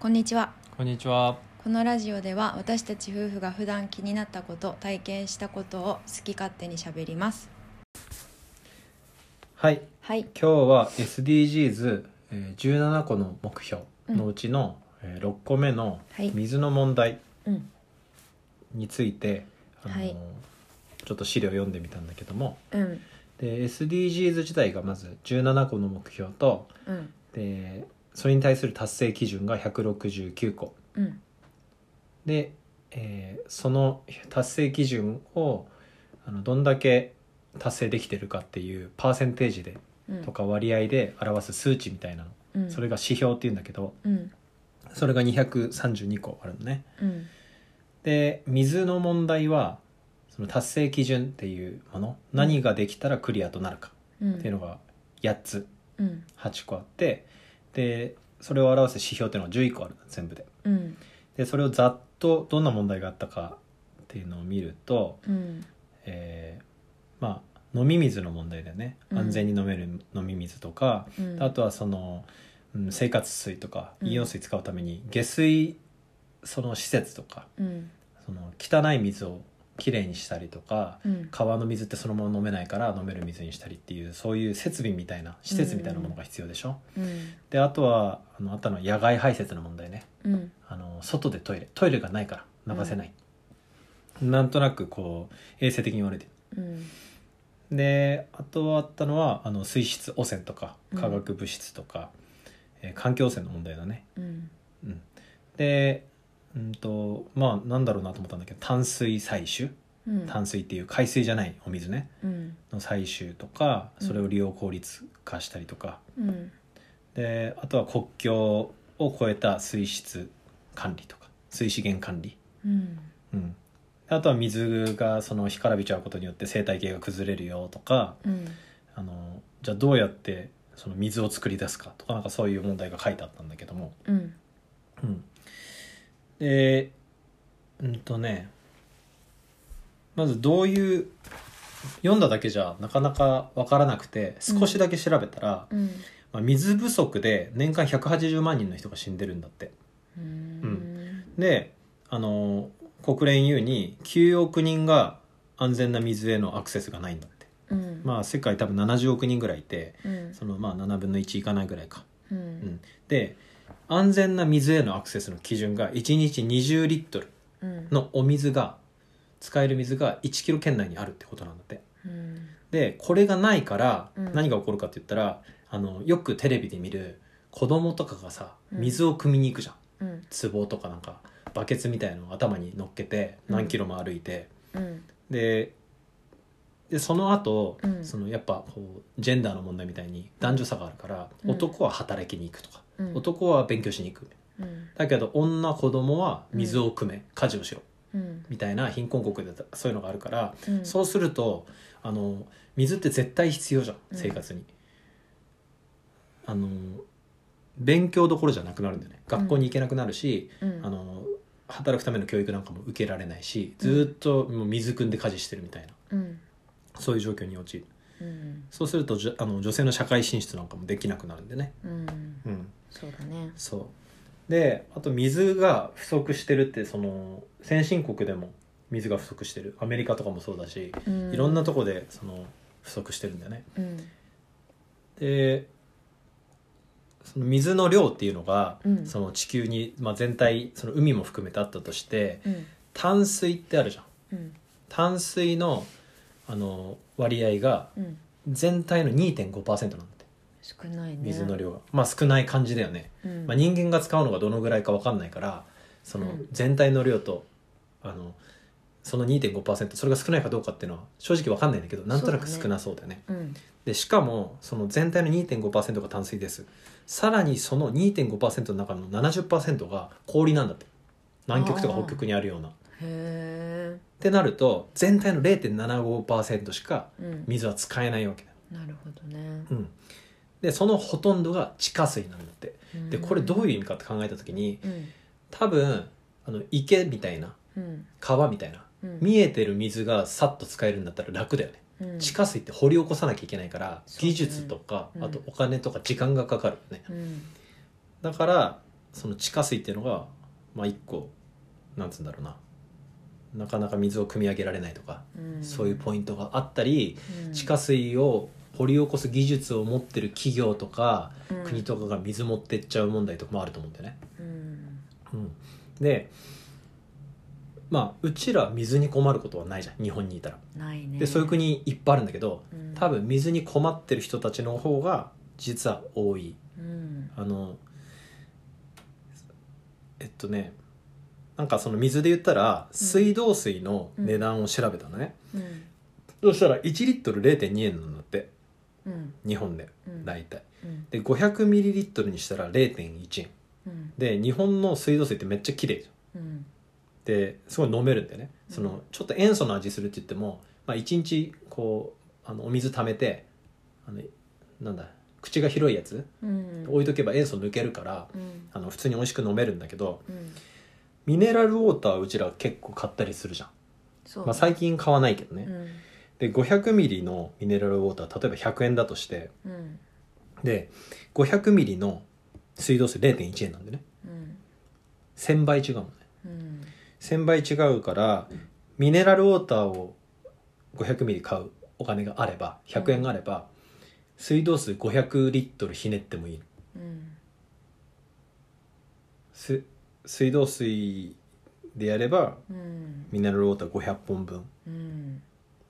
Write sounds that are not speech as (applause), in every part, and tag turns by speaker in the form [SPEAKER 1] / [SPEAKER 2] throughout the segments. [SPEAKER 1] こんにちは
[SPEAKER 2] こんにちは。
[SPEAKER 1] このラジオでは私たち夫婦が普段気になったこと体験したことを好き勝手にしゃべります
[SPEAKER 2] はい。
[SPEAKER 1] はい
[SPEAKER 2] 今日は SDGs17、えー17個の目標のうちの、えー6個目の
[SPEAKER 1] はい
[SPEAKER 2] 水の問題
[SPEAKER 1] うん
[SPEAKER 2] について、あのー
[SPEAKER 1] はい
[SPEAKER 2] ちょっと資料を読んでみたんだけども
[SPEAKER 1] うん
[SPEAKER 2] で SDGs 自体がまず17個の目標と
[SPEAKER 1] うん
[SPEAKER 2] でそれに対する達成基準が169個
[SPEAKER 1] うん
[SPEAKER 2] で、えーその達成基準をあのどんだけ達成できてるかっていうパーセンテージで
[SPEAKER 1] うん
[SPEAKER 2] とか割合で表す数値みたいな
[SPEAKER 1] う
[SPEAKER 2] の、
[SPEAKER 1] ん
[SPEAKER 2] それが指標っていうんだけど
[SPEAKER 1] うん
[SPEAKER 2] それが232個あるのね
[SPEAKER 1] うん
[SPEAKER 2] で水の問題はその達成基準っていうもの何ができたらクリアとなるか
[SPEAKER 1] うん
[SPEAKER 2] っていうのが8つ
[SPEAKER 1] うん
[SPEAKER 2] 8個あってでそれを表す指標っていうのが11個あるの全部で
[SPEAKER 1] うん
[SPEAKER 2] でそれをざっとどんな問題があったかっていうのを見ると、
[SPEAKER 1] うん
[SPEAKER 2] えーまあ飲み水の問題だよね
[SPEAKER 1] うん
[SPEAKER 2] 安全に飲める飲み水とか、
[SPEAKER 1] うん
[SPEAKER 2] あとはその、うん、生活水とか
[SPEAKER 1] うん
[SPEAKER 2] 飲用水使うために下水その施設とか
[SPEAKER 1] うん
[SPEAKER 2] その汚い水をきれいにしたりとか
[SPEAKER 1] うん
[SPEAKER 2] 川の水ってそのまま飲めないから飲める水にしたりっていうそういう設備みたいな施設みたいなものが必要でしょ、
[SPEAKER 1] うん
[SPEAKER 2] であとはあのあったのは野外排泄の問題ね
[SPEAKER 1] うん
[SPEAKER 2] あの外でトイレトイレがないから流せない、なんとなくこう衛生的に言われて
[SPEAKER 1] うん
[SPEAKER 2] であとあったのはあの水質汚染とか
[SPEAKER 1] うん
[SPEAKER 2] 化学物質とか、えー環境汚染の問題だね、
[SPEAKER 1] うん
[SPEAKER 2] うん、でうんとまあなんだろうなと思ったんだけど淡水採取
[SPEAKER 1] うん
[SPEAKER 2] 淡水っていう海水じゃないお水ね
[SPEAKER 1] うん
[SPEAKER 2] の採取とか
[SPEAKER 1] うん
[SPEAKER 2] それを利用効率化したりとか、
[SPEAKER 1] うん
[SPEAKER 2] であとは国境を越えた水質管理とか水資源管理、
[SPEAKER 1] うん
[SPEAKER 2] うん、あとは水がその干からびちゃうことによって生態系が崩れるよとか、
[SPEAKER 1] うん
[SPEAKER 2] あのじゃあどうやってその水を作り出すかとかなんかそういう問題が書いてあったんだけども、
[SPEAKER 1] うん
[SPEAKER 2] うん、でうんとねまずどういう読んだだけじゃなかなか分からなくて少しだけ調べたら、
[SPEAKER 1] うん
[SPEAKER 2] まあ、水不足で年間180万人の人が死んでるんだって
[SPEAKER 1] うん
[SPEAKER 2] であの国連 U に9億人が安全な水へのアクセスがないんだって
[SPEAKER 1] うん
[SPEAKER 2] まあ世界多分70億人ぐらいいて、
[SPEAKER 1] うん
[SPEAKER 2] そのまあ7分の1いかないぐらいか、
[SPEAKER 1] う
[SPEAKER 2] うんん、で安全な水へのアクセスの基準が1日20リットル
[SPEAKER 1] うん
[SPEAKER 2] のお水が使える水が1キロ圏内にあるってことなんだって
[SPEAKER 1] うん
[SPEAKER 2] でこれがないから
[SPEAKER 1] うん
[SPEAKER 2] 何が起こるかって言ったら、あのよくテレビで見る子供とかがさ
[SPEAKER 1] うん
[SPEAKER 2] 水を汲みに行くじゃん、
[SPEAKER 1] うん
[SPEAKER 2] 壺とかなんかバケツみたいのを頭に乗っけて
[SPEAKER 1] うん
[SPEAKER 2] 何キロも歩いて、
[SPEAKER 1] うん
[SPEAKER 2] ででその後、
[SPEAKER 1] うん
[SPEAKER 2] そのやっぱこうジェンダーの問題みたいに男女差があるから、
[SPEAKER 1] うん
[SPEAKER 2] 男は働きに行くとか、
[SPEAKER 1] うん
[SPEAKER 2] 男は勉強しに行く
[SPEAKER 1] うん
[SPEAKER 2] だけど女子供は水を汲め、家事をしろ
[SPEAKER 1] うん
[SPEAKER 2] みたいな貧困国でそういうのがあるから、
[SPEAKER 1] うん
[SPEAKER 2] そうするとあの水って絶対必要じゃん
[SPEAKER 1] うん
[SPEAKER 2] 生活に、あの勉強どころじゃなくなるんだよね学校に行けなくなるし、
[SPEAKER 1] うん
[SPEAKER 2] あの働くための教育なんかも受けられないしずーっともう水汲んで家事してるみたいな
[SPEAKER 1] うん
[SPEAKER 2] そういう状況に陥る
[SPEAKER 1] うん
[SPEAKER 2] そうするとじゅあの女性の社会進出なんかもできなくなるんでね、
[SPEAKER 1] うん
[SPEAKER 2] うん、
[SPEAKER 1] そうだね
[SPEAKER 2] そうであと水が不足してるってその先進国でも水が不足してるアメリカとかもそうだしい
[SPEAKER 1] い
[SPEAKER 2] ろんなとこでその不足してるんだよね
[SPEAKER 1] うん
[SPEAKER 2] でその水の量っていうのが、
[SPEAKER 1] うん
[SPEAKER 2] その地球に、まあ、全体その海も含めてあったとして
[SPEAKER 1] うん
[SPEAKER 2] 淡水ってあるじゃん
[SPEAKER 1] うん
[SPEAKER 2] 淡水のあの割合が
[SPEAKER 1] うん
[SPEAKER 2] 全体の2.5%なんだって
[SPEAKER 1] 少ないね
[SPEAKER 2] 水の量が、まあ少ない感じだよね
[SPEAKER 1] うん
[SPEAKER 2] まあ、人間が使うのがどのぐらいか分かんないからその
[SPEAKER 1] うん
[SPEAKER 2] 全体の量とあのその2.5%それが少ないかどうかっていうのは正直分かんないんだけどなんとなく
[SPEAKER 1] そうだね
[SPEAKER 2] 少なそうだよね
[SPEAKER 1] うん
[SPEAKER 2] でしかもその全体の2.5%が淡水ですさらにその2.5%の中の70%が氷なんだって南極とか
[SPEAKER 1] あー
[SPEAKER 2] 北極にあるようなっ
[SPEAKER 1] へえ
[SPEAKER 2] てなると全体の0.75%しか
[SPEAKER 1] うん
[SPEAKER 2] 水は使えないわけだ、
[SPEAKER 1] なるほどね
[SPEAKER 2] うん、でそのほとんどが地下水なんだってでこれどういうう意味かって考えた時に
[SPEAKER 1] うん
[SPEAKER 2] 多分あの池みたいな
[SPEAKER 1] うん
[SPEAKER 2] 川みたいな
[SPEAKER 1] うん
[SPEAKER 2] 見えてる水がさっと使えるんだったら楽だよね、
[SPEAKER 1] うん
[SPEAKER 2] 地下水って掘り起こさなきゃいけないから、
[SPEAKER 1] そうね
[SPEAKER 2] 技術とか
[SPEAKER 1] うん
[SPEAKER 2] あとお金とか時間がかかるよね、
[SPEAKER 1] うん
[SPEAKER 2] だからその地下水っていうのがまあ一個なんつうんだろうななかなか水を汲み上げられないとか、
[SPEAKER 1] うん
[SPEAKER 2] そういうポイントがあったり、
[SPEAKER 1] うん
[SPEAKER 2] 地下水を掘り起こす技術を持ってる企業とか、
[SPEAKER 1] うん
[SPEAKER 2] 国とかが水持ってっちゃう問題とかもあると思うんだよね。
[SPEAKER 1] うん
[SPEAKER 2] うん、でまあうちら水に困ることはないじゃん日本にいたら。
[SPEAKER 1] ないね
[SPEAKER 2] でそういう国いっぱいあるんだけど
[SPEAKER 1] うん
[SPEAKER 2] 多分水に困ってる人たちの方が実は多い。
[SPEAKER 1] うん
[SPEAKER 2] あのえっとねなんかその水で言ったら水道水の値段を調べたのね、
[SPEAKER 1] うん
[SPEAKER 2] そしたら1リットル0.2円なんだって
[SPEAKER 1] うん
[SPEAKER 2] 日本で
[SPEAKER 1] うん
[SPEAKER 2] 大体
[SPEAKER 1] うん
[SPEAKER 2] で500ミリリットルにしたら0.1円
[SPEAKER 1] うん
[SPEAKER 2] で日本の水道水ってめっちゃ綺麗じゃん
[SPEAKER 1] うん
[SPEAKER 2] ですごい飲めるんだよね
[SPEAKER 1] うん
[SPEAKER 2] そのちょっと塩素の味するって言っても、まあ、1日こうあのお水溜めてあのなんだ口が広いやつ
[SPEAKER 1] うん
[SPEAKER 2] 置いとけば塩素抜けるから
[SPEAKER 1] うん
[SPEAKER 2] あの普通に美味しく飲めるんだけど
[SPEAKER 1] うん
[SPEAKER 2] ミネラルウォーターうちら結構買ったりするじゃん、
[SPEAKER 1] そう
[SPEAKER 2] まあ、最近買わないけどね、
[SPEAKER 1] うん
[SPEAKER 2] で500ミリのミネラルウォーター例えば100円だとして
[SPEAKER 1] うん
[SPEAKER 2] で500ミリの水道水0.1円なんでね
[SPEAKER 1] うん
[SPEAKER 2] 1000倍違うもんね
[SPEAKER 1] うん
[SPEAKER 2] 1000倍違うからミネラルウォーターを500ミリ買うお金があれば100円があれば、水道水500リットルひねってもいい
[SPEAKER 1] うん
[SPEAKER 2] す水道水でやれば
[SPEAKER 1] うん
[SPEAKER 2] ミネラルウォーター500本分
[SPEAKER 1] うん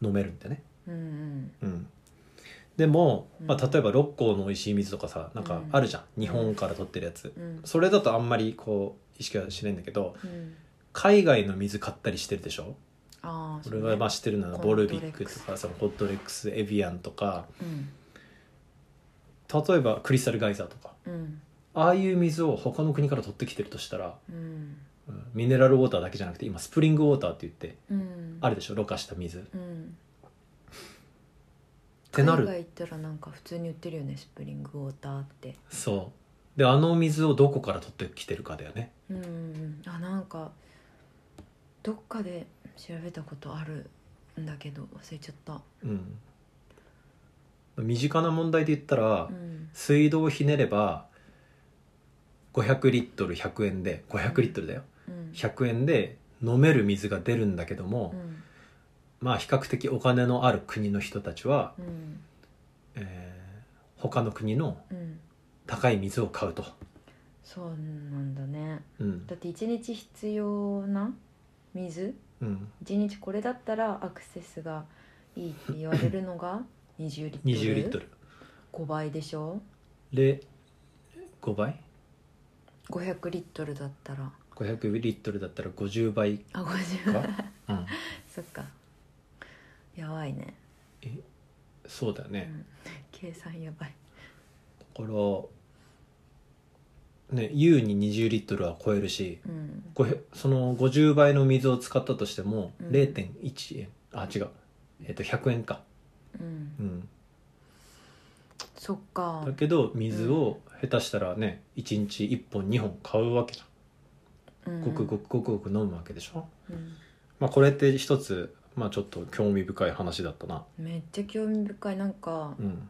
[SPEAKER 2] 飲めるんだね
[SPEAKER 1] うん
[SPEAKER 2] うん、でも、ま
[SPEAKER 1] う
[SPEAKER 2] あ、
[SPEAKER 1] ん
[SPEAKER 2] 例えば六甲の美味しい水とかさなんかあるじゃん、
[SPEAKER 1] ん
[SPEAKER 2] 日本から取ってるやつ、
[SPEAKER 1] うん
[SPEAKER 2] それだとあんまりこう意識はしないんだけど
[SPEAKER 1] うん
[SPEAKER 2] 海外の水買ったりしてるでしょ
[SPEAKER 1] ああ
[SPEAKER 2] 俺がまあ知ってるのは
[SPEAKER 1] ホ
[SPEAKER 2] ボ
[SPEAKER 1] ット
[SPEAKER 2] ル
[SPEAKER 1] レ
[SPEAKER 2] ビ
[SPEAKER 1] ックス
[SPEAKER 2] ックとかそのホットレックスエビアンとか
[SPEAKER 1] うん
[SPEAKER 2] 例えばクリスタルガイザーとか
[SPEAKER 1] うん
[SPEAKER 2] ああいう水を他の国から取ってきてるとしたら、
[SPEAKER 1] うん
[SPEAKER 2] うんミネラルウォーターだけじゃなくて今スプリングウォーターって言って
[SPEAKER 1] うん
[SPEAKER 2] あるでしょろ過した水っ
[SPEAKER 1] うん
[SPEAKER 2] てな
[SPEAKER 1] 海
[SPEAKER 2] る
[SPEAKER 1] 外行ったらなんか普通に売ってるよねスプリングウォーターって
[SPEAKER 2] そうであの水をどこから取ってきてるかだよね
[SPEAKER 1] うんうんあなんかどっかで調べたことあるんだけど忘れちゃった
[SPEAKER 2] うん身近な問題で言ったら、
[SPEAKER 1] うん
[SPEAKER 2] 水道をひねれば500リットル100円で500リットルだよ
[SPEAKER 1] うん
[SPEAKER 2] 100円で飲める水が出るんだけども、
[SPEAKER 1] うん
[SPEAKER 2] まあ比較的お金のある国の人たちは、
[SPEAKER 1] うん
[SPEAKER 2] えー他の国の
[SPEAKER 1] うん
[SPEAKER 2] 高い水を買うと、
[SPEAKER 1] そうなんだね
[SPEAKER 2] うん
[SPEAKER 1] だって一日必要な水
[SPEAKER 2] うん、
[SPEAKER 1] 一日これだったらアクセスがいいって言われるの
[SPEAKER 2] (laughs)
[SPEAKER 1] が20リットル
[SPEAKER 2] 20リットル
[SPEAKER 1] 5倍でしょ
[SPEAKER 2] で5倍
[SPEAKER 1] 500リットルだったら
[SPEAKER 2] 500リットルだったら50倍
[SPEAKER 1] (laughs) あ
[SPEAKER 2] か
[SPEAKER 1] 50 、
[SPEAKER 2] うん、
[SPEAKER 1] そっかやばいね、
[SPEAKER 2] そうだよ
[SPEAKER 1] う
[SPEAKER 2] ね
[SPEAKER 1] ん計算やばい
[SPEAKER 2] だからね優に20リットルは超えるし
[SPEAKER 1] うん
[SPEAKER 2] 500その50倍の水を使ったとしても
[SPEAKER 1] うん
[SPEAKER 2] 0.1円、あ違うえっと100円か
[SPEAKER 1] うん
[SPEAKER 2] うん
[SPEAKER 1] そっか
[SPEAKER 2] だけど水を下手したらね1日1本2本買うわけじ
[SPEAKER 1] うん
[SPEAKER 2] ゃんごくごくごくごく飲むわけでしょ、
[SPEAKER 1] うん
[SPEAKER 2] まあこれって一つまあちょっと興味深い話だったな
[SPEAKER 1] めっちゃ興味深いなんか
[SPEAKER 2] うん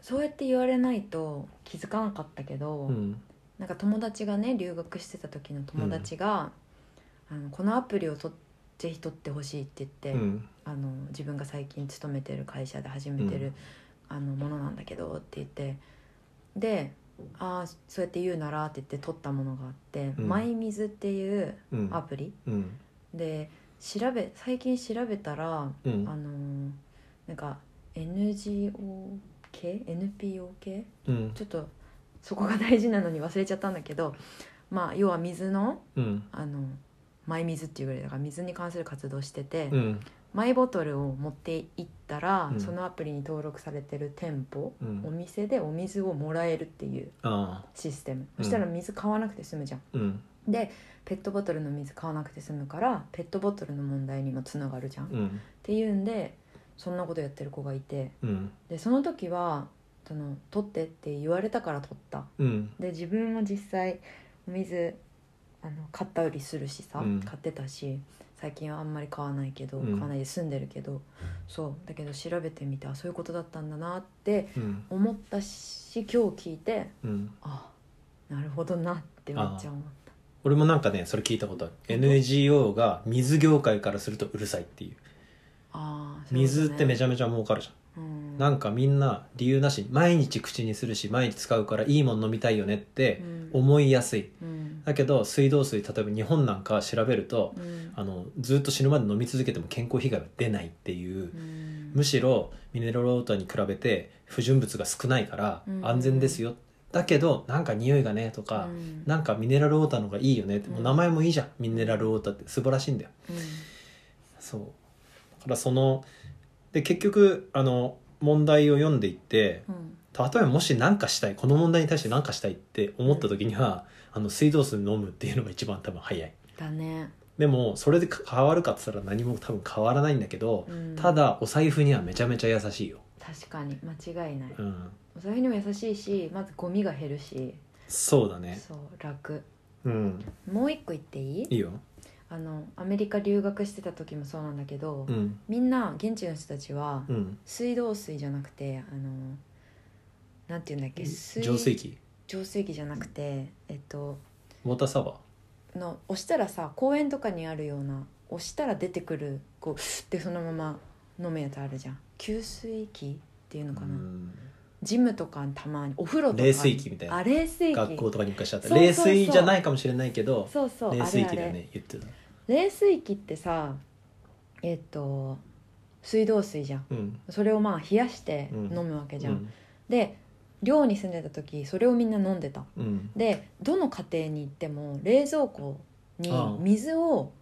[SPEAKER 1] そうやって言われないと気づかなかったけど、
[SPEAKER 2] うん
[SPEAKER 1] なんか友達がね留学してた時の友達が、あのこのアプリをとぜひ取ってほしいって言って、
[SPEAKER 2] うん
[SPEAKER 1] あの自分が最近勤めてる会社で始めてる、あのものなんだけどって言ってで「ああそうやって言うなら」って言って取ったものがあって「
[SPEAKER 2] うん
[SPEAKER 1] マイミズ」っていう
[SPEAKER 2] うん
[SPEAKER 1] アプリ
[SPEAKER 2] うん
[SPEAKER 1] で調べ最近調べたら
[SPEAKER 2] う
[SPEAKER 1] あ
[SPEAKER 2] ん
[SPEAKER 1] のーなんか NGO 系 NPO 系
[SPEAKER 2] うん
[SPEAKER 1] ちょっとそこが大事なのに忘れちゃったんだけどまあ要は水の
[SPEAKER 2] うん
[SPEAKER 1] あのマイ水っていうぐらいだから水に関する活動してて、
[SPEAKER 2] うん
[SPEAKER 1] マイボトルを持っていったら、
[SPEAKER 2] うん
[SPEAKER 1] そのアプリに登録されてる店舗、
[SPEAKER 2] う
[SPEAKER 1] お
[SPEAKER 2] ん
[SPEAKER 1] 店でお水をもらえるっていう
[SPEAKER 2] ああ
[SPEAKER 1] システム、
[SPEAKER 2] うん
[SPEAKER 1] そしたら水買わなくて済むじゃん
[SPEAKER 2] うん
[SPEAKER 1] でペットボトルの水買わなくて済むからペットボトルの問題にもつながるじゃん、っ
[SPEAKER 2] うん
[SPEAKER 1] ていうんでそんなことやってる子がいて
[SPEAKER 2] うん
[SPEAKER 1] でその時はその取ってって言われたから取った
[SPEAKER 2] うん
[SPEAKER 1] で自分も実際お水あの買った売りするしさ、
[SPEAKER 2] うん
[SPEAKER 1] 買ってたし最近はあんまり買わないけど、
[SPEAKER 2] うん
[SPEAKER 1] 買わないで住んでるけどそうだけど調べてみてあそういうことだったんだなって
[SPEAKER 2] うん
[SPEAKER 1] 思ったし今日聞いて
[SPEAKER 2] うん
[SPEAKER 1] あなるほどなってめっちゃ思っ
[SPEAKER 2] 俺もなんかねそれ聞いたことある NGO が水業界からするとうるさいっていう
[SPEAKER 1] たああ
[SPEAKER 2] 水ってめち
[SPEAKER 1] ゃ、
[SPEAKER 2] ゃめちゃ儲かるじゃん
[SPEAKER 1] うん、
[SPEAKER 2] なんかみんな理由なしに毎日口にするし毎日使うからいいもん飲みたいよねって思いやすい
[SPEAKER 1] うん
[SPEAKER 2] だけど水道水例えば日本なんか調べると
[SPEAKER 1] うん
[SPEAKER 2] あのずっと死ぬまで飲み続けても健康被害は出ないってい
[SPEAKER 1] う
[SPEAKER 2] う
[SPEAKER 1] ん
[SPEAKER 2] むしろミネラルウォーターに比べて不純物が少ないから
[SPEAKER 1] うん
[SPEAKER 2] 安全ですよ、だけどなんか匂いがねとか、
[SPEAKER 1] うん
[SPEAKER 2] なんかミネラルウォーターの方がいいよねって、もう名前もいいじゃんミネラルウォーターって素晴らしいんだよそうだからそので結局あの問題を読んでいって
[SPEAKER 1] うんうん
[SPEAKER 2] 例えばもし何かしたいこの問題に対して何かしたいって思った時には、あの水道水飲むっていうのが一番多分早い
[SPEAKER 1] だね、
[SPEAKER 2] でもそれで変わるかって言ったら何も多分変わらないんだけど、
[SPEAKER 1] うん、
[SPEAKER 2] ただお財布にはめちゃめちゃ優しいよ、
[SPEAKER 1] 確かに間違いない、
[SPEAKER 2] うん、
[SPEAKER 1] お財布にも優しいしまずゴミが減るし
[SPEAKER 2] そうだね
[SPEAKER 1] そう楽
[SPEAKER 2] うん
[SPEAKER 1] もう一個言っていい
[SPEAKER 2] いいよ
[SPEAKER 1] あのアメリカ留学してた時もそうなんだけど、
[SPEAKER 2] うん
[SPEAKER 1] みんな現地の人たちは
[SPEAKER 2] うん
[SPEAKER 1] 水道水じゃなくてあのなんていうんだっけ水
[SPEAKER 2] 浄水器
[SPEAKER 1] 浄水器じゃなくてえっと
[SPEAKER 2] ウォーターサーバ
[SPEAKER 1] の押したらさ公園とかにあるような押したら出てくるこうでそのまま飲むやつあるじゃん給水器っていうの
[SPEAKER 2] ー
[SPEAKER 1] か
[SPEAKER 2] う
[SPEAKER 1] な、
[SPEAKER 2] ん
[SPEAKER 1] ジムとかたまにお風呂とか
[SPEAKER 2] 冷水器みたいな
[SPEAKER 1] あ冷水器
[SPEAKER 2] 学校とかに昔あった
[SPEAKER 1] そうそう
[SPEAKER 2] 冷
[SPEAKER 1] そう
[SPEAKER 2] 水じゃないかもしれないけど
[SPEAKER 1] そうそう
[SPEAKER 2] 冷水器だ
[SPEAKER 1] あ
[SPEAKER 2] よ
[SPEAKER 1] れあれ
[SPEAKER 2] ね言ってた
[SPEAKER 1] 冷水器ってさえっと水道水じゃん
[SPEAKER 2] うん
[SPEAKER 1] それをまあ冷やして
[SPEAKER 2] うん
[SPEAKER 1] 飲むわけじゃん、で寮に住んでた時それをみんな飲んでた
[SPEAKER 2] うんうん
[SPEAKER 1] でどの家庭に行っても冷蔵庫に
[SPEAKER 2] ああ
[SPEAKER 1] 水を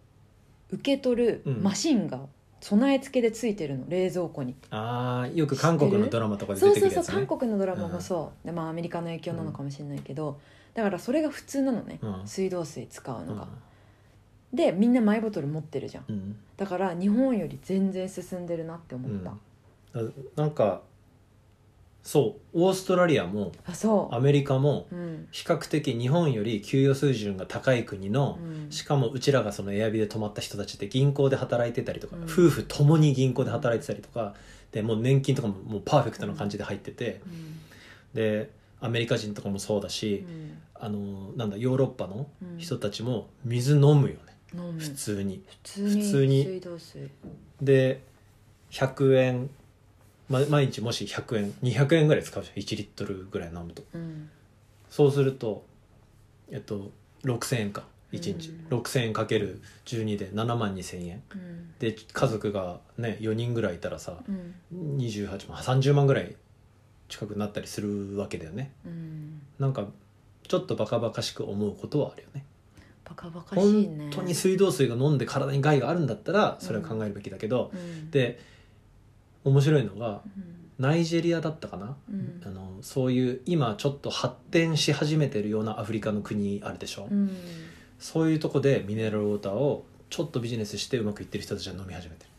[SPEAKER 1] 受け取る
[SPEAKER 2] うん
[SPEAKER 1] マシンが備え付けでついてるの冷蔵庫に、
[SPEAKER 2] ああよく韓国のドラマとかで
[SPEAKER 1] そ
[SPEAKER 2] 出
[SPEAKER 1] う
[SPEAKER 2] て
[SPEAKER 1] そ
[SPEAKER 2] く
[SPEAKER 1] う
[SPEAKER 2] る
[SPEAKER 1] そ
[SPEAKER 2] や
[SPEAKER 1] う
[SPEAKER 2] つね
[SPEAKER 1] 韓国のドラマもそうでまあアメリカの影響なのかもしれないけど、だからそれが普通なのね、
[SPEAKER 2] うん
[SPEAKER 1] 水道水使うのが、
[SPEAKER 2] う
[SPEAKER 1] でみんなマイボトル持ってるじゃん
[SPEAKER 2] ん
[SPEAKER 1] だから日本より全然進んでるなって
[SPEAKER 2] う
[SPEAKER 1] 思っ
[SPEAKER 2] ん
[SPEAKER 1] た、
[SPEAKER 2] あなんかそうオーストラリアも
[SPEAKER 1] あそ
[SPEAKER 2] アメリカも
[SPEAKER 1] ううん、
[SPEAKER 2] 比較的日本より給与水準が高い国
[SPEAKER 1] う
[SPEAKER 2] の
[SPEAKER 1] ん、
[SPEAKER 2] しかもうちらがそのエアビで泊まった人たちって銀行で働いてたりとか、
[SPEAKER 1] うん
[SPEAKER 2] 夫婦ともに銀行で働いてたりとかでもう年金とかももうパーフェクトな感じで入ってて
[SPEAKER 1] うん
[SPEAKER 2] でアメリカ人とかもそうだ
[SPEAKER 1] う
[SPEAKER 2] し、
[SPEAKER 1] ん
[SPEAKER 2] あのなんだヨーロッパの
[SPEAKER 1] うん
[SPEAKER 2] 人たちも水飲むよね、
[SPEAKER 1] 飲む
[SPEAKER 2] 普
[SPEAKER 1] 普
[SPEAKER 2] 通に。
[SPEAKER 1] 通に
[SPEAKER 2] 普通に
[SPEAKER 1] 水道水
[SPEAKER 2] で100円、ま、毎日もし100円200円ぐらい使うじゃん1リットルぐらい飲むと
[SPEAKER 1] うん
[SPEAKER 2] そうするとえっと6000円か1日、
[SPEAKER 1] うん
[SPEAKER 2] 6000円かける12で7万2000円
[SPEAKER 1] うん
[SPEAKER 2] で家族がね4人ぐらいいたらさ
[SPEAKER 1] うん
[SPEAKER 2] 28万30万ぐらい近くなったりするわけだよね
[SPEAKER 1] うん
[SPEAKER 2] なんかちょっとバカバカしく思うことはあるよね
[SPEAKER 1] バカバカしいね
[SPEAKER 2] 本当に水道水が飲んで体に害があるんだったらそれは考えるべきだけど、
[SPEAKER 1] うん
[SPEAKER 2] で面白いのが
[SPEAKER 1] うん
[SPEAKER 2] ナイジェリアだったかな、
[SPEAKER 1] うん
[SPEAKER 2] あのそういう今ちょっと発展し始めてるようなアフリカの国あるでしょ、
[SPEAKER 1] うん
[SPEAKER 2] そういうとこでミネラルウォーターをちょっとビジネスしてうまくいってる人たちは飲み始めてる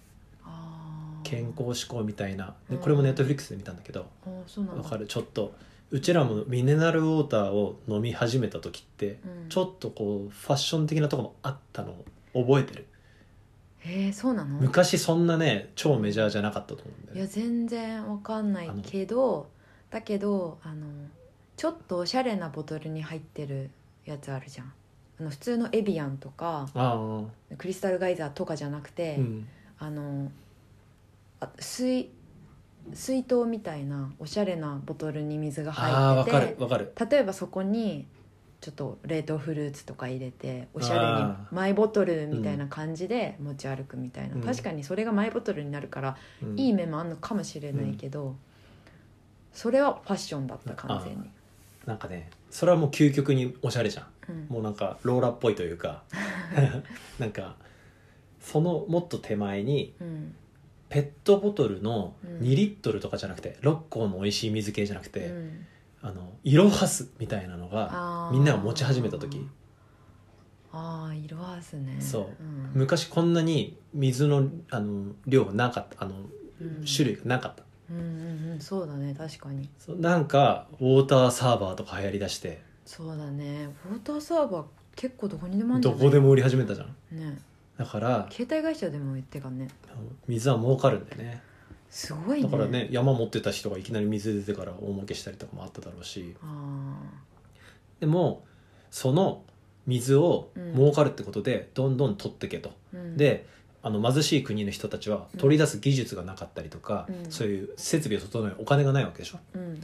[SPEAKER 1] あー
[SPEAKER 2] 健康志向みたいなで
[SPEAKER 1] うん
[SPEAKER 2] これもネットフリックスで見たんだけど
[SPEAKER 1] あーそうな
[SPEAKER 2] わ
[SPEAKER 1] の
[SPEAKER 2] かるちょっとうちらもミネラルウォーターを飲み始めた時って
[SPEAKER 1] うん
[SPEAKER 2] ちょっとこうファッション的なとこもあったのを覚えてる
[SPEAKER 1] へえそうなの
[SPEAKER 2] 昔そんなね超メジャーじゃなかったと思うんだ
[SPEAKER 1] い
[SPEAKER 2] よね
[SPEAKER 1] や全然わかんないけどだけどあのちょっとおしゃれなボトルに入ってるやつあるじゃんあの普通のエビアンとか
[SPEAKER 2] ああ
[SPEAKER 1] クリスタルガイザーとかじゃなくて、
[SPEAKER 2] うん
[SPEAKER 1] あのあ水水筒みたいなおしゃれなボトルに水が
[SPEAKER 2] ああ
[SPEAKER 1] 入っ
[SPEAKER 2] わ
[SPEAKER 1] て
[SPEAKER 2] かる
[SPEAKER 1] て
[SPEAKER 2] わかる
[SPEAKER 1] 例えばそこにちょっと冷凍フルーツとか入れておしゃ
[SPEAKER 2] あ
[SPEAKER 1] れにマイボトルみたいな感じで持ち歩くみたいな、
[SPEAKER 2] うん
[SPEAKER 1] 確かにそれがマイボトルになるから
[SPEAKER 2] うん
[SPEAKER 1] いい面もあんのかもしれないけど、それはファッションだった
[SPEAKER 2] あ
[SPEAKER 1] 完全に、
[SPEAKER 2] なんかねそれはもう究極におしゃれじゃん
[SPEAKER 1] うん
[SPEAKER 2] もうなんかローラっぽいとい
[SPEAKER 1] (laughs)
[SPEAKER 2] うか (laughs) なんかそのもっと手前に
[SPEAKER 1] うん
[SPEAKER 2] ペットボトルの
[SPEAKER 1] うん
[SPEAKER 2] 2リットルとかじゃなくて6個の美味しい水系じゃなくて、
[SPEAKER 1] うん
[SPEAKER 2] あの色はすみたいなのが
[SPEAKER 1] あー
[SPEAKER 2] みんなが持ち始めた時
[SPEAKER 1] ああ色合わすね
[SPEAKER 2] そ
[SPEAKER 1] ん
[SPEAKER 2] 昔こんなに水のあの量がなかったあの
[SPEAKER 1] うん
[SPEAKER 2] 種類がなかった、
[SPEAKER 1] うんうんうんそうだね確かに
[SPEAKER 2] そうなんかウォーターサーバーとか流行りだして
[SPEAKER 1] そうだねウォーターサーバー結構どこにでもあるんじゃ
[SPEAKER 2] ど
[SPEAKER 1] ない
[SPEAKER 2] こでも売り始めたじゃん
[SPEAKER 1] ね
[SPEAKER 2] だから
[SPEAKER 1] 携帯会社でも言ってかね
[SPEAKER 2] あの水は儲かるんだよね
[SPEAKER 1] すごい
[SPEAKER 2] だ
[SPEAKER 1] ね
[SPEAKER 2] からね山持ってた人がいきなり水出てから大儲けしたりとかもあっただろうし
[SPEAKER 1] あ
[SPEAKER 2] でもその水を
[SPEAKER 1] うん
[SPEAKER 2] 儲かるってことでどんどん取ってけと、
[SPEAKER 1] うん、
[SPEAKER 2] であの貧しい国の人たちは
[SPEAKER 1] うん
[SPEAKER 2] 取り出す技術がなかったりとか、
[SPEAKER 1] うん
[SPEAKER 2] そういう設備を整えるお金がないわけでしょ
[SPEAKER 1] うん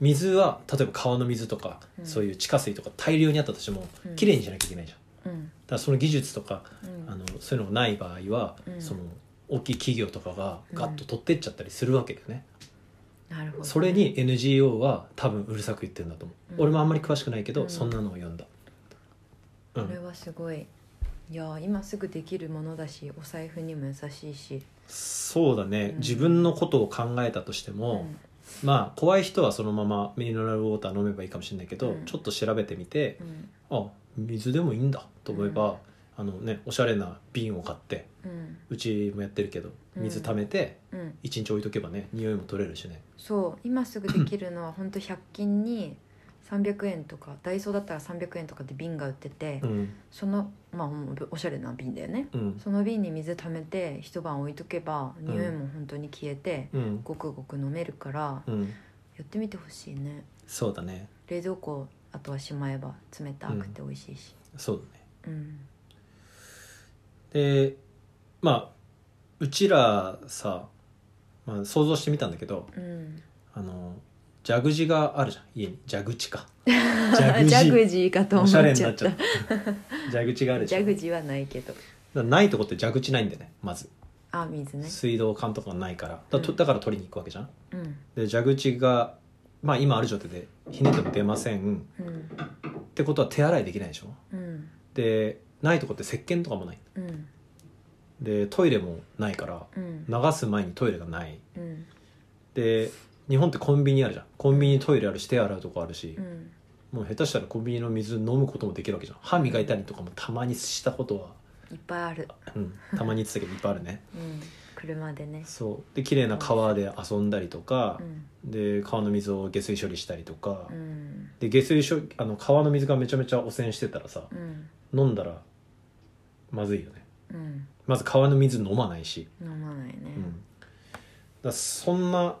[SPEAKER 2] 水は例えば川の水とか、
[SPEAKER 1] うん
[SPEAKER 2] そういう地下水とか大量にあったとしても
[SPEAKER 1] うん
[SPEAKER 2] きれいにしなきゃいけないじゃんだ
[SPEAKER 1] うん
[SPEAKER 2] からその技術とか
[SPEAKER 1] うん
[SPEAKER 2] あのそういうのがない場合は、
[SPEAKER 1] うん
[SPEAKER 2] その大きい企業とかがガッと取ってっちゃったりするわけだよね、
[SPEAKER 1] なるほどね
[SPEAKER 2] それに NGO は多分うるさく言ってるんだと思う、
[SPEAKER 1] うん
[SPEAKER 2] 俺もあんまり詳しくないけど、
[SPEAKER 1] うん
[SPEAKER 2] そんなのを読んだう
[SPEAKER 1] これ
[SPEAKER 2] ん
[SPEAKER 1] はすごいいやー今すぐできるものだしお財布にも優しいし、
[SPEAKER 2] そうだね、
[SPEAKER 1] うん
[SPEAKER 2] 自分のことを考えたとしても、まあ怖い人はそのままミネラルウォーター飲めばいいかもしれないけど、
[SPEAKER 1] うん
[SPEAKER 2] ちょっと調べてみて
[SPEAKER 1] うん
[SPEAKER 2] あ水でもいいんだと思えば、あのねおしゃれな瓶を買って
[SPEAKER 1] うん
[SPEAKER 2] うちもやってるけど水溜めて
[SPEAKER 1] うんうん
[SPEAKER 2] 1日置いとけばね匂いも取れるしね
[SPEAKER 1] そう今すぐできるのは本当100均に300円とかダイソーだったら300円とかで瓶が売ってて、
[SPEAKER 2] うん
[SPEAKER 1] そのまあもうおしゃれな瓶だよね
[SPEAKER 2] うん
[SPEAKER 1] その瓶に水溜めて一晩置いとけば
[SPEAKER 2] ん
[SPEAKER 1] 匂いも本当に消えて、
[SPEAKER 2] うん
[SPEAKER 1] ごくごく飲めるから
[SPEAKER 2] うん
[SPEAKER 1] やってみてほしいね
[SPEAKER 2] そうだね
[SPEAKER 1] 冷蔵庫あとはしまえば冷たくて美味しいし
[SPEAKER 2] そうだね
[SPEAKER 1] うん
[SPEAKER 2] でまあうちらさ、まあ、想像してみたんだけど
[SPEAKER 1] うん
[SPEAKER 2] あの蛇口があるじゃん家に蛇口か
[SPEAKER 1] あジャグジーかと思
[SPEAKER 2] お
[SPEAKER 1] っ
[SPEAKER 2] し
[SPEAKER 1] ち
[SPEAKER 2] ゃ
[SPEAKER 1] ゃ
[SPEAKER 2] れ
[SPEAKER 1] っ
[SPEAKER 2] に
[SPEAKER 1] た
[SPEAKER 2] なっちゃった (laughs) 蛇口がある
[SPEAKER 1] ジ
[SPEAKER 2] じゃ
[SPEAKER 1] ャ
[SPEAKER 2] んだ
[SPEAKER 1] グ
[SPEAKER 2] か
[SPEAKER 1] ジーはないけど
[SPEAKER 2] らないとこって蛇口ないんだよねまず
[SPEAKER 1] あ水ね
[SPEAKER 2] 水道管とかがないからだと
[SPEAKER 1] うん
[SPEAKER 2] だから取りに行くわけじゃん
[SPEAKER 1] うん
[SPEAKER 2] で蛇口がまあ今ある状態でひねっても出ません
[SPEAKER 1] うん
[SPEAKER 2] ってことは手洗いできないでしょ
[SPEAKER 1] うん
[SPEAKER 2] でないとこって石鹸とかもない
[SPEAKER 1] うん
[SPEAKER 2] でトイレもないから
[SPEAKER 1] うん
[SPEAKER 2] 流す前にトイレがない
[SPEAKER 1] うん
[SPEAKER 2] で日本ってコンビニあるじゃんコンビニトイレあるし手洗うとこあるし
[SPEAKER 1] う、ん
[SPEAKER 2] もう下手したらコンビニの水飲むこともできるわけじゃん歯磨いたりとかもたまにしたことは、
[SPEAKER 1] いっぱいある
[SPEAKER 2] うん、たまに言ってたけどいっぱいあるね
[SPEAKER 1] うん車でね
[SPEAKER 2] そうで綺麗な川で遊んだりとか
[SPEAKER 1] う、ん
[SPEAKER 2] で川の水を下水処理したりとか、
[SPEAKER 1] うん
[SPEAKER 2] で下水処あの川の水がめちゃめちゃ汚染してたらさ
[SPEAKER 1] うん
[SPEAKER 2] 飲んだらまずいよね
[SPEAKER 1] うん
[SPEAKER 2] まず川の水飲まないし、
[SPEAKER 1] 飲まないね
[SPEAKER 2] うん、だからそんな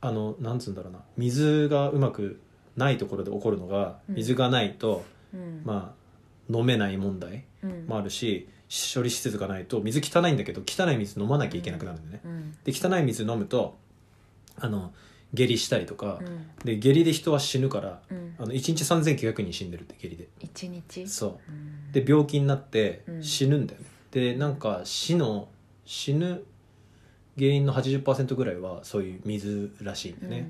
[SPEAKER 2] あのなんつうんだろうな水がうまくないところで起こるのが
[SPEAKER 1] うん
[SPEAKER 2] 水がないと、
[SPEAKER 1] うん
[SPEAKER 2] まあ飲めない問題
[SPEAKER 1] うん
[SPEAKER 2] もあるし処理施設がないと水汚いんだけど汚い水飲まなきゃいけなくなるんだよね、
[SPEAKER 1] うん
[SPEAKER 2] で汚い水飲むとあの下痢したりとか
[SPEAKER 1] う、ん
[SPEAKER 2] で下痢で人は死ぬから
[SPEAKER 1] うん
[SPEAKER 2] あの1日3900人死んでるって下痢で
[SPEAKER 1] 一日
[SPEAKER 2] そううんで病気になって
[SPEAKER 1] うん
[SPEAKER 2] 死ぬんだよね、でなんか死の死ぬ原因の80%ぐらいはそういう水らしいんだよね、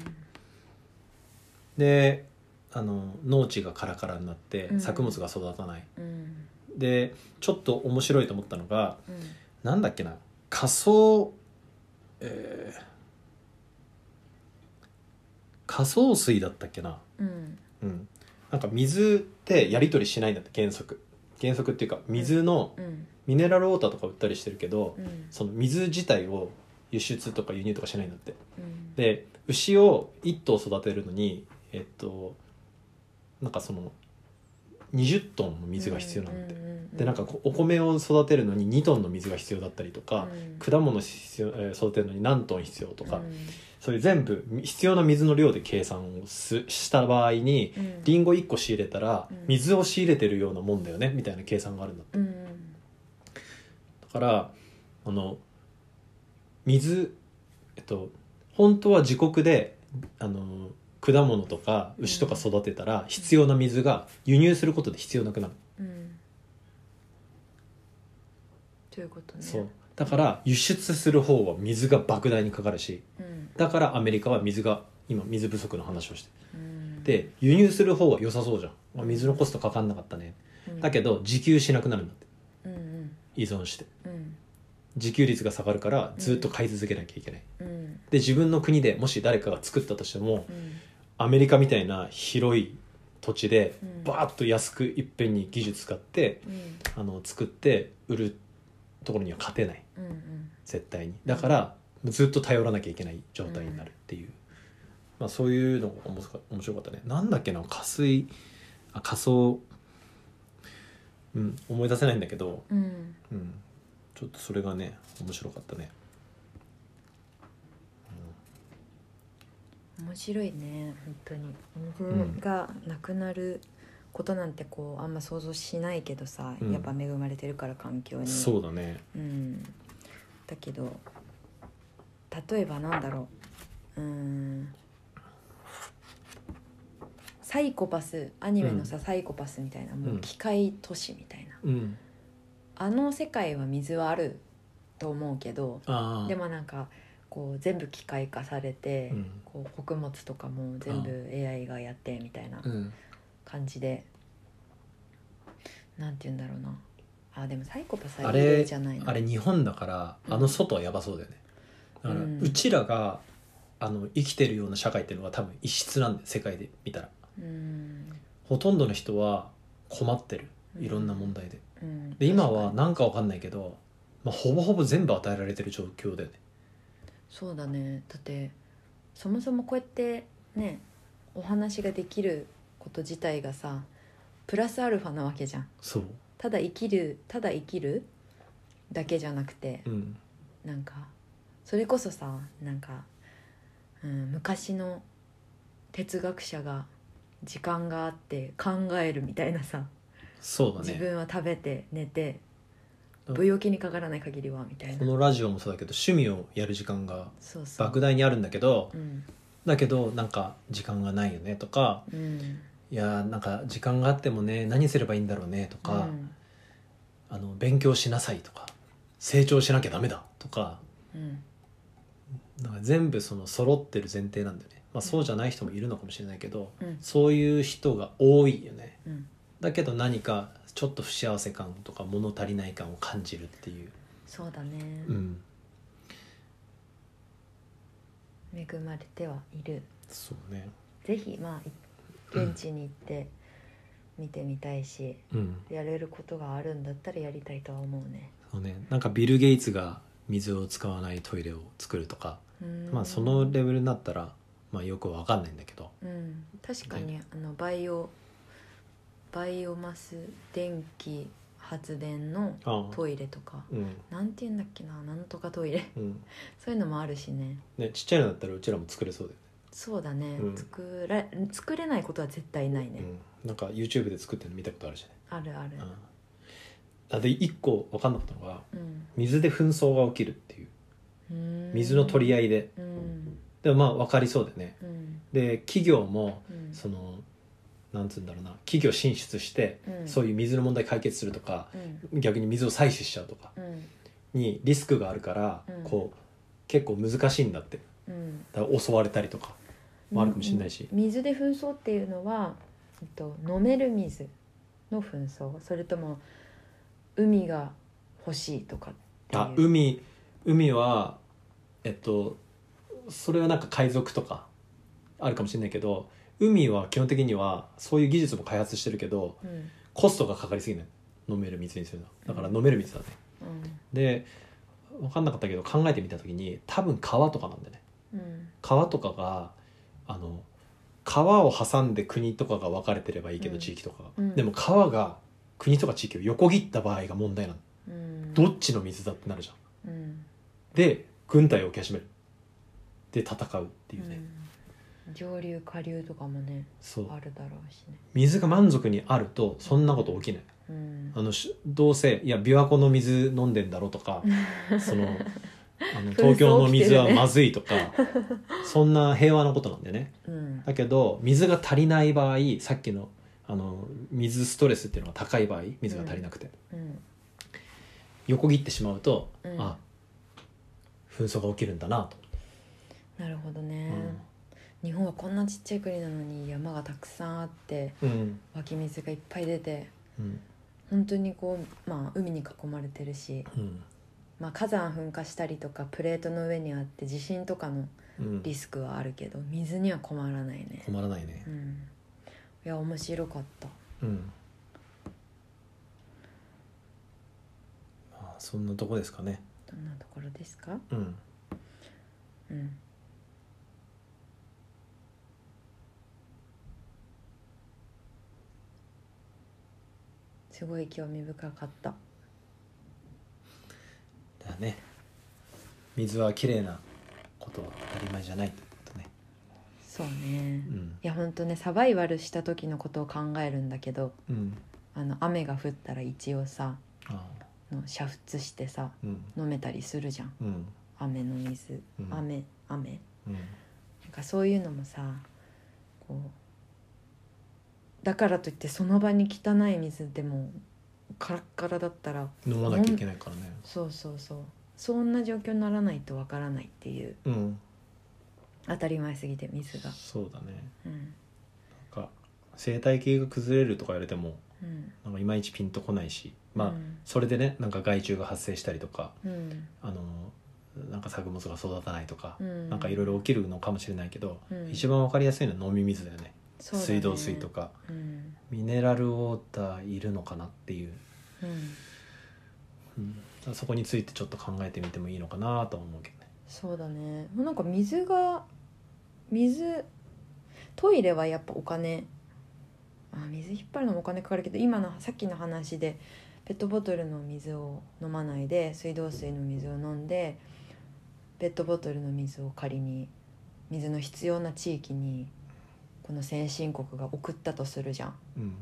[SPEAKER 2] であの農地がカラカラになって
[SPEAKER 1] うん
[SPEAKER 2] 作物が育たない、
[SPEAKER 1] うん
[SPEAKER 2] でちょっと面白いと思ったのが
[SPEAKER 1] うん
[SPEAKER 2] なんだっけな仮想、えー仮想水だったっけな
[SPEAKER 1] うん
[SPEAKER 2] うんなんか水ってやり取りしないんだって原則原則っていうか水の
[SPEAKER 1] うん
[SPEAKER 2] ミネラルウォーターとか売ったりしてるけど
[SPEAKER 1] うん
[SPEAKER 2] その水自体を輸出とか輸入とかしないんだって
[SPEAKER 1] うん
[SPEAKER 2] で牛を1頭育てるのにえっとなんかその20トンの水が必要なんだって
[SPEAKER 1] ううう
[SPEAKER 2] でなんかこうお米を育てるのに2トンの水が必要だったりとか、
[SPEAKER 1] うん
[SPEAKER 2] 果物必要、えー育てるのに何トン必要とか、
[SPEAKER 1] うん
[SPEAKER 2] そういう全部必要な水の量で計算をすした場合に
[SPEAKER 1] うん
[SPEAKER 2] リンゴ1個仕入れたら
[SPEAKER 1] うん
[SPEAKER 2] 水を仕入れてるようなもんだよねみたいな計算があるんだ
[SPEAKER 1] うん
[SPEAKER 2] だからあの水えっと本当は自国であの果物とか牛とか育てたら必要な水が輸入することで必要なくなる、
[SPEAKER 1] うんということね
[SPEAKER 2] そうだから輸出する方は水が莫大にかかるし
[SPEAKER 1] うん
[SPEAKER 2] だからアメリカは水が今水不足の話をして
[SPEAKER 1] うん
[SPEAKER 2] で輸入する方は良さそうじゃんあ水のコストかかんなかったね
[SPEAKER 1] うん
[SPEAKER 2] だけど自給しなくなるんだって
[SPEAKER 1] うんうん
[SPEAKER 2] 依存して
[SPEAKER 1] うん
[SPEAKER 2] 自給率が下がるからずっと買い続けなきゃいけない
[SPEAKER 1] うん
[SPEAKER 2] で自分の国でもし誰かが作ったとしても
[SPEAKER 1] うん
[SPEAKER 2] アメリカみたいな広い土地で
[SPEAKER 1] うん
[SPEAKER 2] バーッと安くいっぺんに技術使って
[SPEAKER 1] うん
[SPEAKER 2] あの作って売るところには勝てない
[SPEAKER 1] うんうん
[SPEAKER 2] 絶対にだからずっと頼らなきゃいけない状態になるっていう、まあ、そういうのが面白か面白かったねなんだっけな加水あ仮想うん思い出せないんだけど、
[SPEAKER 1] うん
[SPEAKER 2] うん、ちょっとそれがね面白かったね
[SPEAKER 1] 面白いね本当に
[SPEAKER 2] ん
[SPEAKER 1] 水がなくなることなんてこうあんま想像しないけどさ、
[SPEAKER 2] うん
[SPEAKER 1] やっぱ恵まれてるから環境に
[SPEAKER 2] そうだね
[SPEAKER 1] うん、だけど例えばなんだろううーんサイコパスアニメのさ、サイコパスみたいなもううん機械都市みたいな、
[SPEAKER 2] うん
[SPEAKER 1] あの世界は水はあると思うけど
[SPEAKER 2] ああ
[SPEAKER 1] でもなんかこう全部機械化されて、
[SPEAKER 2] うん
[SPEAKER 1] こう穀物とかも全部 AI がやってみたいな
[SPEAKER 2] うん
[SPEAKER 1] 感じで、なんて言うんだろうなあでもサイコパス
[SPEAKER 2] あ
[SPEAKER 1] は
[SPEAKER 2] れ
[SPEAKER 1] れじゃないな
[SPEAKER 2] あれ日本だから
[SPEAKER 1] うん
[SPEAKER 2] あの外はやばそうだよねだから
[SPEAKER 1] うん
[SPEAKER 2] うちらがあの生きてるような社会っていうのは多分異質なんで世界で見たら
[SPEAKER 1] うん
[SPEAKER 2] ほとんどの人は困ってるいろんな問題で
[SPEAKER 1] うん
[SPEAKER 2] で今
[SPEAKER 1] 確か
[SPEAKER 2] は
[SPEAKER 1] に
[SPEAKER 2] なんかわかんないけど、まあ、ほぼほぼ全部与えられてる状況だよね
[SPEAKER 1] そうだねだってそもそもこうやってねお話ができること自体がさプラスアルファなわけじゃん
[SPEAKER 2] そう
[SPEAKER 1] ただ生きるただ生きるだけじゃなくて
[SPEAKER 2] うん
[SPEAKER 1] なんかそれこそさなんか、うん、昔の哲学者が時間があって考えるみたいなさ、
[SPEAKER 2] そうだ
[SPEAKER 1] 自
[SPEAKER 2] ね
[SPEAKER 1] 分は食べて寝て
[SPEAKER 2] うん
[SPEAKER 1] 不要気にかからない限りはみたい
[SPEAKER 2] こ
[SPEAKER 1] な
[SPEAKER 2] のラジオもそうだけど趣味をやる時間が
[SPEAKER 1] そうそう
[SPEAKER 2] 莫大にあるんだけど
[SPEAKER 1] うん
[SPEAKER 2] だけどなんか時間がないよねとか
[SPEAKER 1] うん
[SPEAKER 2] いやーなんか時間があってもね何すればいいんだろうねとか、
[SPEAKER 1] うん
[SPEAKER 2] あの勉強しなさいとか成長しなきゃダメだとか
[SPEAKER 1] うん
[SPEAKER 2] なんか全部その揃ってる前提なんだよね、まあ、そうじゃない人もいるのかもしれないけど
[SPEAKER 1] うん
[SPEAKER 2] そういう人が多いよね
[SPEAKER 1] うん
[SPEAKER 2] だけど何かちょっと不幸せ感とか物足りない感を感じるっていう、
[SPEAKER 1] そうだね、
[SPEAKER 2] うん、
[SPEAKER 1] 恵まれてはいる
[SPEAKER 2] そうね
[SPEAKER 1] ぜひまあい現地に行って見てみたいし、
[SPEAKER 2] うん
[SPEAKER 1] やれることがあるんだったらやりたいとは思うね
[SPEAKER 2] そうねなんかビル・ゲイツが水を使わないトイレを作るとか、
[SPEAKER 1] うん
[SPEAKER 2] まあそのレベルになったら、まあ、よくわかんないんだけど
[SPEAKER 1] うん確かにあのバイオバイオマス電気発電の
[SPEAKER 2] あ
[SPEAKER 1] トイレとか
[SPEAKER 2] うん
[SPEAKER 1] なんて言うんだっけななんとかトイレ (laughs)
[SPEAKER 2] うん
[SPEAKER 1] そういうのもあるしね
[SPEAKER 2] ねちっちゃいのだったらうちらも作れそうだよ
[SPEAKER 1] そうだね、
[SPEAKER 2] うん
[SPEAKER 1] 作ら作れないことは絶対ないね
[SPEAKER 2] ね、、うん、なんか YouTube で作ってるの見たことあるしね、
[SPEAKER 1] あるある
[SPEAKER 2] うん、あで一個分かんなかったのが
[SPEAKER 1] うん、
[SPEAKER 2] 水で紛争が起きるっていう
[SPEAKER 1] うん、
[SPEAKER 2] 水の取り合いで、
[SPEAKER 1] うん
[SPEAKER 2] でもまあ分かりそうだよね
[SPEAKER 1] うん
[SPEAKER 2] で企業も
[SPEAKER 1] うん
[SPEAKER 2] そのなんつうんだろうな企業進出して、
[SPEAKER 1] うん
[SPEAKER 2] そういう水の問題解決するとか
[SPEAKER 1] うん
[SPEAKER 2] 逆に水を採取しちゃうとか
[SPEAKER 1] うん
[SPEAKER 2] にリスクがあるから、
[SPEAKER 1] うん
[SPEAKER 2] こう結構難しいんだって
[SPEAKER 1] うん
[SPEAKER 2] だから襲われたりとかもあるかもしれないし、
[SPEAKER 1] 水で紛争っていうのは、えっと、飲める水の紛争それとも海が欲しいとかっていう
[SPEAKER 2] あ海海はえっとそれはなんか海賊とかあるかもしれないけど海は基本的にはそういう技術も開発してるけど
[SPEAKER 1] うんうん
[SPEAKER 2] コストがかかりすぎない飲める水にするのだから飲める水だね、で分かんなかったけど考えてみた時に多分川とかなんだよね
[SPEAKER 1] うん
[SPEAKER 2] 川とかがあの川を挟んで国とかが分かれてればいいけ
[SPEAKER 1] う
[SPEAKER 2] ど、
[SPEAKER 1] ん
[SPEAKER 2] 地域とかが、
[SPEAKER 1] うん
[SPEAKER 2] でも川が国とか地域を横切った場合が問題なの
[SPEAKER 1] うん
[SPEAKER 2] どっちの水だってなるじゃん
[SPEAKER 1] うん
[SPEAKER 2] で軍隊を受け始めるで戦うっていうね、
[SPEAKER 1] うん上流下流とかもね
[SPEAKER 2] そう
[SPEAKER 1] あるだろうしね
[SPEAKER 2] 水が満足にあるとそんなこと起きない
[SPEAKER 1] うん
[SPEAKER 2] あのしどうせいや琵琶湖の水飲んでんだろう
[SPEAKER 1] (laughs)
[SPEAKER 2] とかそのあの東京の水はまずいとか、そんな平和なことなんだよね
[SPEAKER 1] うん
[SPEAKER 2] だけど水が足りない場合さっきのあの水ストレスっていうのが高い場合水が足りなくて、
[SPEAKER 1] うん
[SPEAKER 2] 横切ってしまうと、
[SPEAKER 1] うん
[SPEAKER 2] あ紛争が起きるんだなと、
[SPEAKER 1] なるほどね、日本はこんなちっちゃい国なのに山がたくさんあって
[SPEAKER 2] うんうん
[SPEAKER 1] 湧き水がいっぱい出て
[SPEAKER 2] うん
[SPEAKER 1] 本当にこう、まあ、海に囲まれてるし、
[SPEAKER 2] うん
[SPEAKER 1] まあ、火山噴火したりとかプレートの上にあって地震とかの
[SPEAKER 2] うん
[SPEAKER 1] リスクはあるけど水には困らないね、
[SPEAKER 2] 困らないね
[SPEAKER 1] う、ん、いや面白かった
[SPEAKER 2] うんまあそんなとこですかね
[SPEAKER 1] どんなところですか
[SPEAKER 2] うん
[SPEAKER 1] うんすごい興味深かった
[SPEAKER 2] だね水はきれいなことは当たり前じゃないってことね
[SPEAKER 1] そうね
[SPEAKER 2] うん
[SPEAKER 1] いやほんとねサバイバルした時のことを考えるんだけど
[SPEAKER 2] うん
[SPEAKER 1] あの雨が降ったら一応さ
[SPEAKER 2] あ
[SPEAKER 1] あの煮沸してさ
[SPEAKER 2] ーうん
[SPEAKER 1] 飲めたりするじゃん
[SPEAKER 2] うん
[SPEAKER 1] 雨の水
[SPEAKER 2] うん
[SPEAKER 1] 雨雨
[SPEAKER 2] うん
[SPEAKER 1] なんかそういうのもさこうだからといってその場に汚い水でもカラッカラだったら
[SPEAKER 2] 飲まなきゃいけないからね
[SPEAKER 1] そうそうそうそんな状況にならないとわからないっていう
[SPEAKER 2] うん
[SPEAKER 1] 当たり前すぎて水が
[SPEAKER 2] そうだね
[SPEAKER 1] うん
[SPEAKER 2] なんか生態系が崩れるとか言われても
[SPEAKER 1] うん
[SPEAKER 2] なんかいまいちピンとこないしまあ、
[SPEAKER 1] うん
[SPEAKER 2] それでねなんか害虫が発生したりとか
[SPEAKER 1] うん
[SPEAKER 2] あのなんか作物が育たないとか、
[SPEAKER 1] うん
[SPEAKER 2] なんかいろいろ起きるのかもしれないけど、
[SPEAKER 1] うん
[SPEAKER 2] 一番わかりやすいのは飲み水だよね
[SPEAKER 1] そうだね
[SPEAKER 2] 水道水とか
[SPEAKER 1] うん
[SPEAKER 2] ミネラルウォーターいるのかなっていう、
[SPEAKER 1] うん
[SPEAKER 2] うん、そこについてちょっと考えてみてもいいのかなとは思うけどね
[SPEAKER 1] そうだねなんか水が水トイレはやっぱお金あ水引っ張るのもお金かかるけど今のさっきの話でペットボトルの水を飲まないで水道水の水を飲んでペットボトルの水を仮に水の必要な地域にこの先進国が送ったとするじゃん
[SPEAKER 2] うん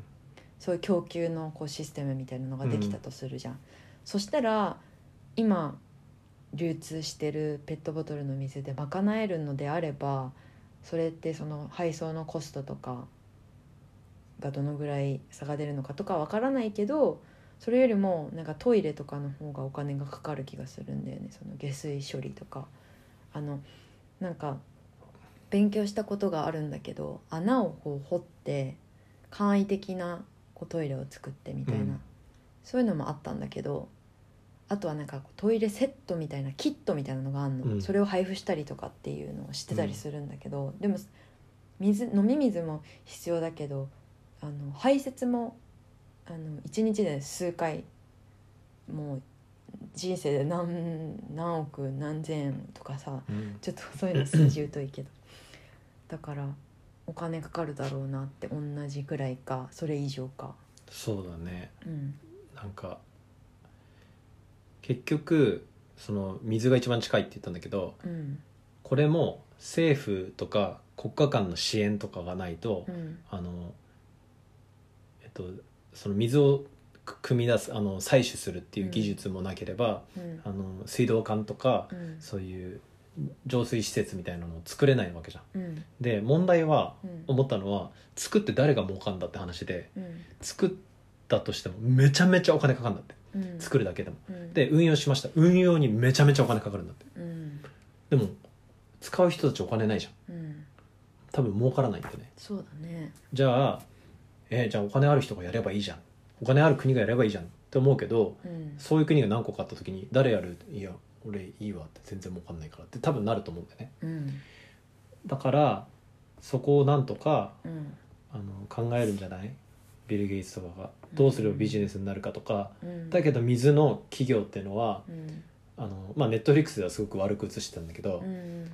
[SPEAKER 1] そういう供給のこうシステムみたいなのができたとするじゃん、そしたら今流通してるペットボトルの水で賄えるのであればそれってその配送のコストとかがどのぐらい差が出るのかとかわからないけどそれよりもなんかトイレとかの方がお金がかかる気がするんだよねその下水処理とか。あのなんか勉強したことがあるんだけど穴をこう掘って簡易的なこうトイレを作ってみたいな、
[SPEAKER 2] うん
[SPEAKER 1] そういうのもあったんだけどあとはなんかこうトイレセットみたいなキットみたいなのがあるの、
[SPEAKER 2] うん
[SPEAKER 1] それを配布したりとかっていうのをしてたりするんだけど、でも水飲み水も必要だけどあの排泄もあの1日で数回もう人生で何何億何千円とかさ、
[SPEAKER 2] うん
[SPEAKER 1] ちょっとそういうの数字疎いけどだからお金かかるだろうなって同じくらいかそれ以上か
[SPEAKER 2] そうだね
[SPEAKER 1] うん
[SPEAKER 2] なんか結局その水が一番近いって言ったんだけど
[SPEAKER 1] うん
[SPEAKER 2] これも政府とか国家間の支援とかがないと、
[SPEAKER 1] うん
[SPEAKER 2] あのえっとその水をく汲み出すあの採取するっていう技術もなければ、
[SPEAKER 1] うん
[SPEAKER 2] あの水道管とか、
[SPEAKER 1] うん
[SPEAKER 2] そういう浄水施設みたいなのを作れないわけじゃん。
[SPEAKER 1] うん
[SPEAKER 2] で問題は
[SPEAKER 1] うん
[SPEAKER 2] 思ったのは作って誰が儲かんだって話で
[SPEAKER 1] うん
[SPEAKER 2] 作ったとしてもめちゃめちゃお金かかるんだって
[SPEAKER 1] うん
[SPEAKER 2] 作るだけでも。
[SPEAKER 1] うん
[SPEAKER 2] で運用しました運用にめちゃめちゃお金かかるんだって
[SPEAKER 1] うん
[SPEAKER 2] でも使う人たちお金ないじゃん
[SPEAKER 1] うん
[SPEAKER 2] 多分儲からないんだよね
[SPEAKER 1] そうだね
[SPEAKER 2] じゃあ、えーじゃあお金ある人がやればいいじゃん。お金ある国がやればいいじゃんって思うけど、
[SPEAKER 1] うん
[SPEAKER 2] そういう国が何個かあった時に、誰やるいや、俺いいわって全然儲かんないからって多分なると思うんだよね。
[SPEAKER 1] うん
[SPEAKER 2] だから、そこをなんとか
[SPEAKER 1] うん
[SPEAKER 2] あの考えるんじゃないビル・ゲイツとかが。どうすればビジネスになるかとか。だけど水の企業っていうのは、
[SPEAKER 1] うん
[SPEAKER 2] あの、まあネットフリックスではすごく悪く映してたんだけど、
[SPEAKER 1] うん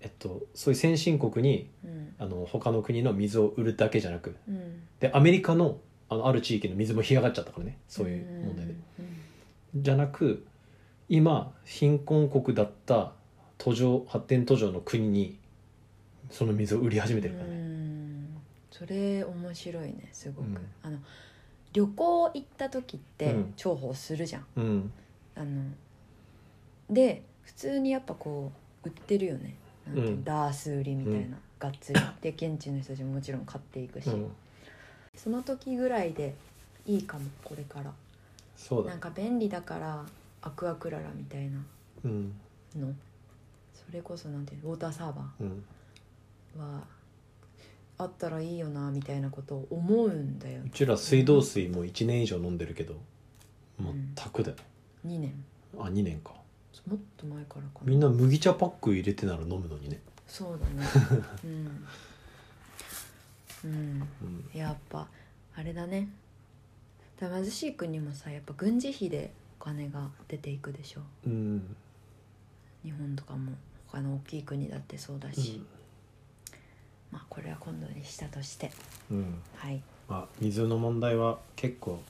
[SPEAKER 2] えっと、そういう先進国に、
[SPEAKER 1] うん
[SPEAKER 2] あの、他の国の水を売るだけじゃなく、
[SPEAKER 1] うん
[SPEAKER 2] でアメリカのあのある地域の水も干上がっちゃったからねそういう問題で、じゃなく今貧困国だった途上発展途上の国にその水を売り始めて
[SPEAKER 1] う
[SPEAKER 2] るからね、
[SPEAKER 1] んそれ面白いねすご
[SPEAKER 2] う
[SPEAKER 1] く
[SPEAKER 2] ん
[SPEAKER 1] あの旅行行った時って
[SPEAKER 2] うん
[SPEAKER 1] 重宝するじゃん
[SPEAKER 2] うん
[SPEAKER 1] あので普通にやっぱこう売ってるよねなんていうの
[SPEAKER 2] うん
[SPEAKER 1] ダース売りみたいな、
[SPEAKER 2] うん
[SPEAKER 1] がっつりで現地の人たちももちろん買っていくし、
[SPEAKER 2] うん
[SPEAKER 1] その時ぐらいでいいかもこれから
[SPEAKER 2] そうだ
[SPEAKER 1] なん
[SPEAKER 2] ね
[SPEAKER 1] か便利だからアクアクララみたいな
[SPEAKER 2] うん
[SPEAKER 1] のそれこそなんていうのウォーターサーバ
[SPEAKER 2] うん
[SPEAKER 1] ーはあったらいいよなみたいなことを思うんだよ
[SPEAKER 2] うちら水道水も1年以上飲んでるけど
[SPEAKER 1] ん
[SPEAKER 2] 全くだよ、
[SPEAKER 1] 2年
[SPEAKER 2] あ2年か
[SPEAKER 1] もっと前からかな
[SPEAKER 2] みんな麦茶パック入れてなら飲むのにね、
[SPEAKER 1] そうだね (laughs) うん、うん
[SPEAKER 2] うん、
[SPEAKER 1] やっぱあれだねだから貧しい国もさやっぱ軍事費でお金が出ていくでしょ
[SPEAKER 2] うん、
[SPEAKER 1] 日本とかも他の大きい国だってそうだし、まあこれは今度にしたとして
[SPEAKER 2] うん
[SPEAKER 1] はい
[SPEAKER 2] まあ、水の問題は結構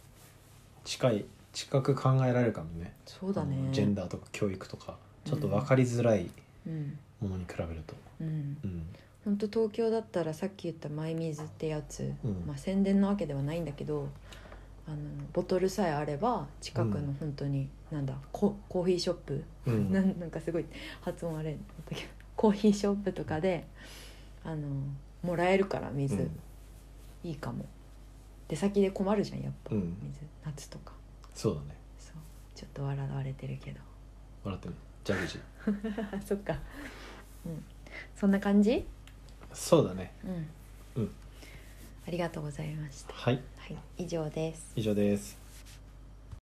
[SPEAKER 2] 近い近く考えられるかもね
[SPEAKER 1] そうだね
[SPEAKER 2] あのジェンダーとか教育とか
[SPEAKER 1] うん
[SPEAKER 2] ちょっと分かりづらい
[SPEAKER 1] うん
[SPEAKER 2] ものに比べると、
[SPEAKER 1] うん
[SPEAKER 2] うん
[SPEAKER 1] 本当東京だったらさっき言った「マイ水」ってやつ、
[SPEAKER 2] うん
[SPEAKER 1] まあ、宣伝なわけではないんだけどあのボトルさえあれば近くの本当に、なんだココーヒーショップ、
[SPEAKER 2] うん
[SPEAKER 1] なんなんかすごい発音あれだけどコーヒーショップとかであのもらえるから水、
[SPEAKER 2] うん
[SPEAKER 1] いいかも出先で困るじゃんやっぱ、
[SPEAKER 2] うん
[SPEAKER 1] 水夏とか
[SPEAKER 2] そうだね
[SPEAKER 1] そうちょっと笑われてる
[SPEAKER 2] (laughs)
[SPEAKER 1] けど
[SPEAKER 2] 笑ってねジャグジー
[SPEAKER 1] そっかうんそんな感じ
[SPEAKER 2] そうだね
[SPEAKER 1] うん、
[SPEAKER 2] うん
[SPEAKER 1] ありがとうございました
[SPEAKER 2] はい
[SPEAKER 1] はい以上です
[SPEAKER 2] 以上です